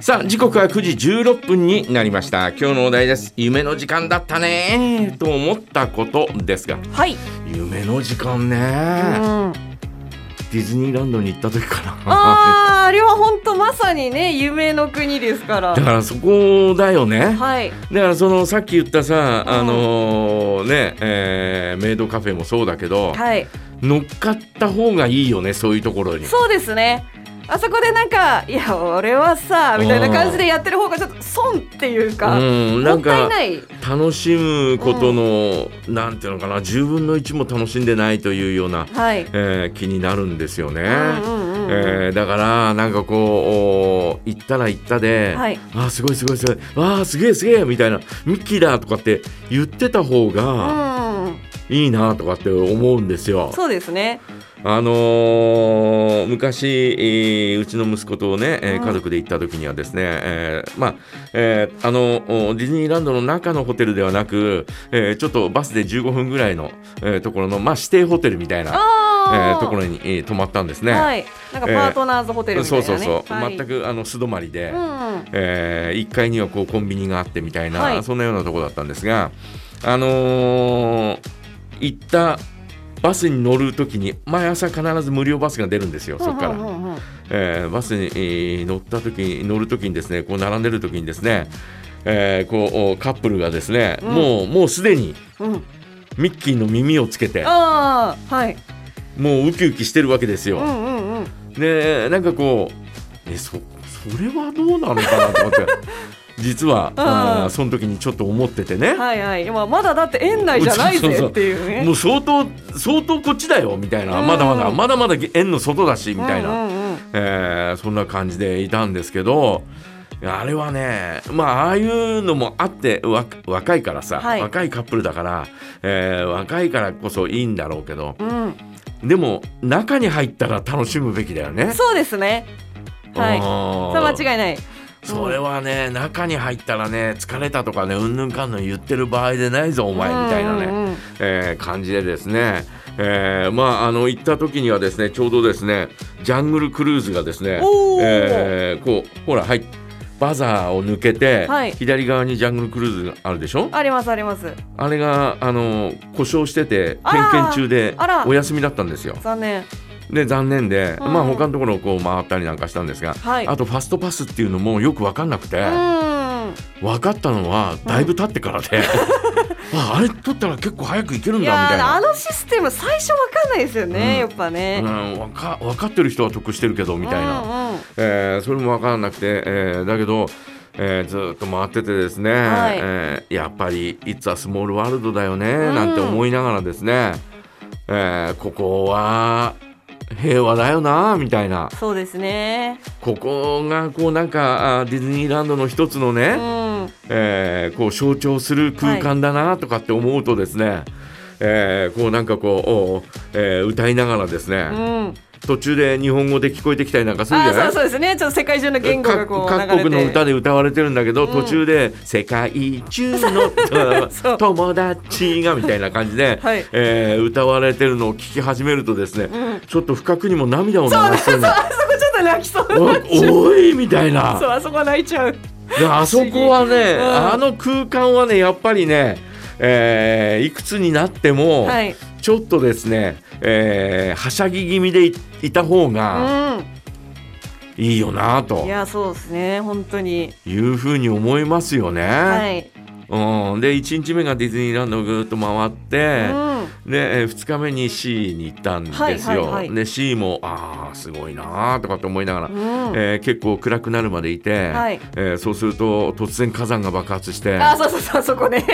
さあ時刻は9時16分になりました今日のお題です夢の時間だったねーと思ったことですがはい。夢の時間ねうーん。ディズニーランドに行った時かなああ、あれは本当まさにね、夢の国ですからだ。からそこだよねはい。だからそのさっき言ったさうんあのーねえーメイドカフェもそうだけどはい。乗っかった方がいいよねそういうところにそうですね。あそこでなんか、いや、俺はさ、みたいな感じでやってる方がちょっと損っていうか、うんなもっんたいかない。楽しむことの、なんていうのかな10分の1も楽しんでないというような、はい。えー気になるんですよね、うんうんうんえーだからなんかこうおー行ったら行ったで、はいあーすごいすごいすごいわあすげえすげえみたいなミッキーだとかって言ってた方うがんうんうん。いいなとかって思うんですよ。そうですね。あのー昔、えーうちの息子とね、えーうん家族で行った時にはですね、えーまあ、えーあのおディズニーランドの中のホテルではなく、えーちょっとバスで15分ぐらいの、えーところの、まあ、指定ホテルみたいな、えああ、ーところに、えー泊まったんですね。はい。なんかパートナーズホテルみたいそうな、ねそうそう、はい、全く。くあの素泊まりで、うん。え1階にはこうコンビニがあってみたいな、はいそんなようなところだったんですが、あのー行ったバスに乗るときに毎朝必ず無料バスが出るんですよ、そこから、うんうんうんうんえーバスに、えー乗った時に乗るときにですねこう並んでるときにですね、えーこうおカップルがですね、うんもうもうすでにうん。ミッキーの耳をつけてああ、はい。もうウキウキしてるわけですよ。うんうんうん。でなんかこうえそそれはどうなのかなと思って 実は、うんあーその時にちょっと思っててね、はいはい。今まだだって園内じゃないぜっていうね。もう相当相当こっちだよみたいな、うんまだまだまだまだ縁の外だしみたいな、うんうんうんえーそんな感じでいたんですけどあれはねまあああいうのもあってわ若いからさ、はい若いカップルだから、えー若いからこそいいんだろうけどうん、でも中に入ったら楽しむべきだよね。そうですね。はい。それはは間違いない。それはね中に入ったらね疲れたとかねうんぬんかんぬん言ってる場合でないぞおお前みたいなね、えー感じでですね、えーまああの行った時にはですねちょうどですねジャングルクルーズがですねお、ーえーこうほらはいバザーを抜けて、はい左側にジャングルクルーズがあるでしょありますあります。あれがあの故障しててあ点ら検中であらお休みだったんですよ残念。で残念で、うんまあ他のところをこう回ったりなんかしたんですが、はいあとファストパスっていうのもよく分かんなくて、う分かったのはだいぶ経ってからで、 ああれ取ったら結構早く行けるん。んいだみやたいーあな。のシステム最初わかんないですよね、うんやっぱね。うん、わか分かってる人は得してるけどみたいな、うんうんえーそれも分からなくて、えーだけど、えーずーっと回っててですね、はいえーやっぱり「いつはスモールワールドだよね」なんて思いながらですね、えーここは平和だよなみたいなそうですね。ここがこうなんかあーディズニーランドの一つのね、うん。えーこう象徴する空間だなとかって思うとですね、えーこうなんかこうおう、えー歌いながらですね、うん。途中で日本語で聞こえてきたりなんかするじあゃーそなういそうですね。ちょっと世界中の言語がこう流れ各て。各国の歌で歌われてるんだけど、ん途中で「世界中 のそう友達が」みたいな感じで、はいえー歌われてるのを聞き始めるとですね、うんちょっと不覚にも涙を流してるのあそこちょっと泣きそう。おおいみたいなそうあそこは泣いちゃう。であそこはね、うんあの空間はねやっぱりね、えーいくつになっても、はい。ちょっとですね、えーはしゃぎ気味でいいた方がう。いいよなんといやそうですね本当に。いうふうに思いますよね。はい。うん、で1日目がディズニーランドをぐーっと回って、うん。でえー2日目にシーに行ったんですよ。はいはいはいでシーもあーすごいなーとかって思いながら、うん。えー結構暗くなるまでいて、はいえーそうすると突然火山が爆発して。あ、そうそうそう、そこね。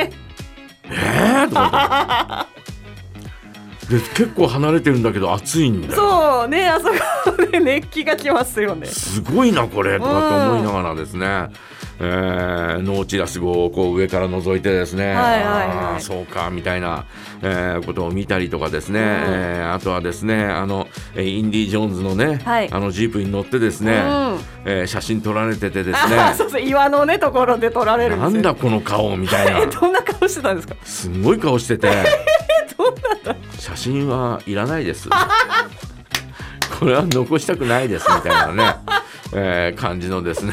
えー、とかってで結構離れてるんだけど暑いんだよそうね、 あそこで熱気がきますよね。すごいなこれとかって思いながらですね、えー、ノーチラス号をこう上から覗いてですね、はいはいはいあーそうかみたいな、えーことを見たりとかですね、うんえーあとはですねあのえーインディ・ジョーンズのね、はいあのジープに乗ってですね、うんえー写真撮られててですね あ、そうそう、岩のね、ところで撮られるんでなすよ。んだこの顔みたいなえ、どんな顔してたんですか。 すんごい顔してて。どんな写真 はいらないです。これは残したくないですみたいなね。えー感じのですね、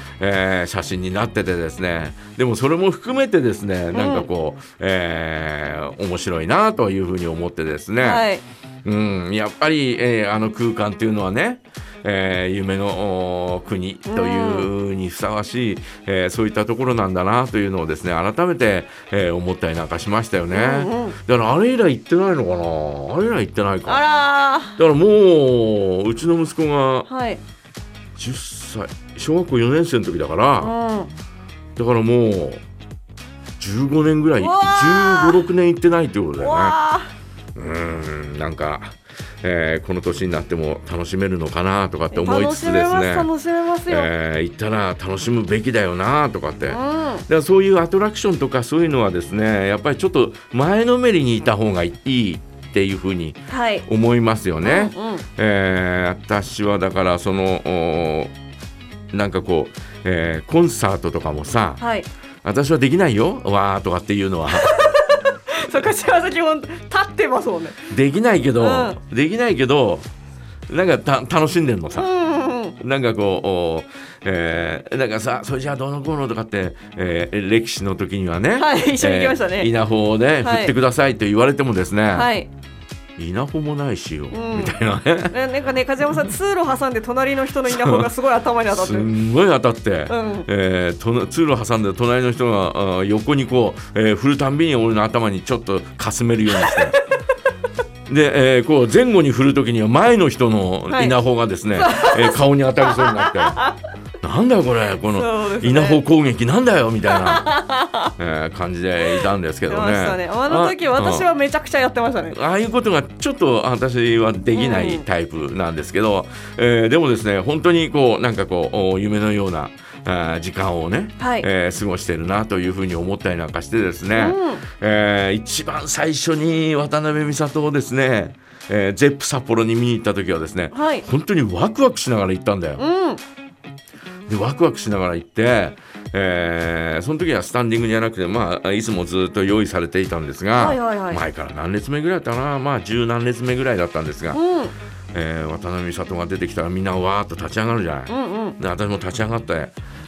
えー写真になっててですねでもそれも含めてですねなんかこう、えー面白いなというふうに思ってですね、はい。うん、やっぱり、えーあの空間というのはね、えー夢のおー国というにふさわしい、えーそういったところなんだなというのをですね改めて、えー思ったりなんかしましたよね、うんうんだからあれ以来行ってないのかなあれ以来行ってないかあだらからもううちの息子がー。はい。 10歳小学校4年生の時だから、うん。だからもう15年ぐらい1うわー5 6年行ってないってことだよね。わうーんなんか、えーこの年になっても楽しめるのかなとかってー。思い楽つしめつですますね、楽しめますよ。えー行ったら楽しむべきだよなとかって。うだかん。らそういうアトラクションとかそういうのはですねやっぱりちょっと前のめりにいた方がいいっていうふうにはい。思いますよね。うんうん。えー私はだからそのおなんかこう、えーコンサートとかもさはい。 私はできないよわーとかっていうのは。そうか、柏崎本、立ってますもんね。できないけど、うできないけどなんかた楽しんでんのうさ、んうんうん。なんかこう、おえーなんかさそれじゃあどうのこうのとかって、えー歴史の時にはね、はい一緒に行きましたねえー稲穂をねはい振ってくださいと言われてもですね、はい。稲穂もないしよ、んみたいなねななんかね、梶山さん、通路挟んで隣の人の稲穂がすごい頭に当たっすてる。んごい当たって、うんえーと通路挟んで隣の人があー横にこう、えー振るたんびに俺の頭にちょっとかすめるようにして で、えーこう前後に振る時には前の人のはい稲穂がですね、えー顔に当たりそうになって なんだよこれこそうのですね稲穂攻撃なんだよみたいな、えー感じでいたんですけやってどまね。したね。あの時、あ私はめちゃくちゃやってましたね。ああいうことがちょっと私はできないタイプなんですけど、えーでもですね本当にこうなんかこうお夢のようなあー時間をね、はいえー過ごしてるなというふうに思ったりなんかしてですね、うんえー一番最初に渡辺美里をですね、えーゼップ札幌に見に行った時はですね、はい本当にワクワクしながら行ったんだよ。うん。でワクワクしながら行って、えーその時はスタンディングじゃなくて、まあ、いつもずっと用意されていたんですが、はいはいはい前から何列目ぐらいだったかな、まあ、十何列目ぐらいだったんですが、うん。えー渡辺美里が出てきたらみんなわーっと立ち上がるじゃない。うんうん。で私も立ち上がって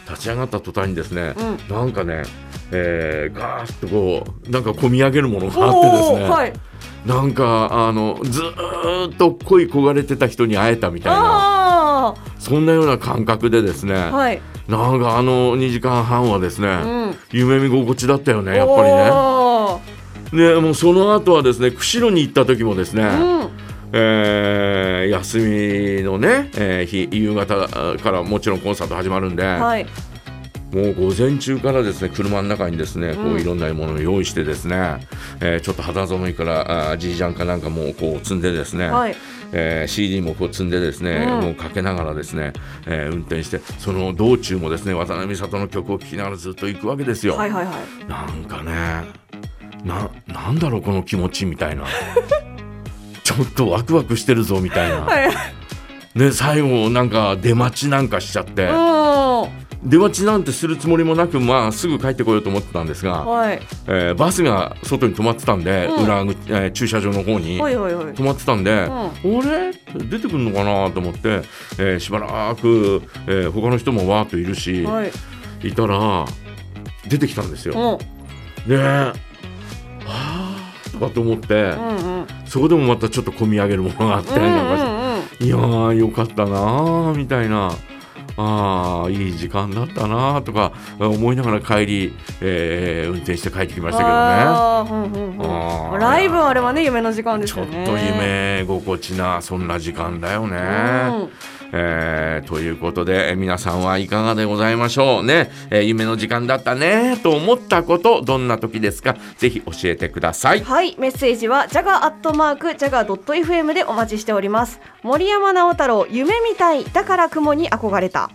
立ち上がった途端にですね、うなんかね、えーガーッとこうなんか込み上げるものがあってですおね、ーはい。なんかあのずーっと恋焦がれてた人に会えたみたいなあそんなような感覚でですね、あ。はい。なんかあの2時間半はですね、うん。夢見心地だったよねやっぱおーりね。ねもうその後はですね釧路に行った時もですね、うん。えー休みのね、えー日夕方からもちろんコンサート始まるんで、はい。もう午前中からですね車の中にですねこううんいろんなものを用意してですね、えーちょっと肌寒いからあージージャンかなんかもうこう積んでですね、はい。えー CD もこう積んでですね、うんもうかけながらですね、えー運転してその道中もですね渡辺美里の曲を聴きながらずっと行くわけですよ。はいはいはい。なんかねななんだろうこの気持ちみたい なちょっとワクワクしてるぞみたいな、はい。ね、最後なんか出待ちなんかしちゃって、う出待ちなんてするつもりもなく、まあ、すぐ帰ってこようと思ってたんですん。が、はい。えーバスが外に止まってたんで、うん裏口、えー駐車場の方に。はいはいはい。止まってたんで、あれ出てくるのかなと思って、えーしばらく、えー他の人もわーっといるし、はい。い、たら出てきたんですよ。うん。で、はあとかと思って、うんうん。そこでもまたちょっと込み上げるものがあって、うんなんかうんうん。いやーよかったなーみたいな。あーいい時間だったなーとか思いながら帰り、えー運転して帰ってきましたけどねあーうんうんうんあーライブはあれはね夢の時間ですちょよっとね。夢心地なそんな時間だよね、うんえーということでえー皆さんはいかがでございましょうね、えー夢の時間だったねと思ったことどんな時ですかぜひ教えてくださいはい、メッセージはジャガアットマークジャガドット FM でお待ちしております。森山直太朗夢みたいだから雲に憧れた。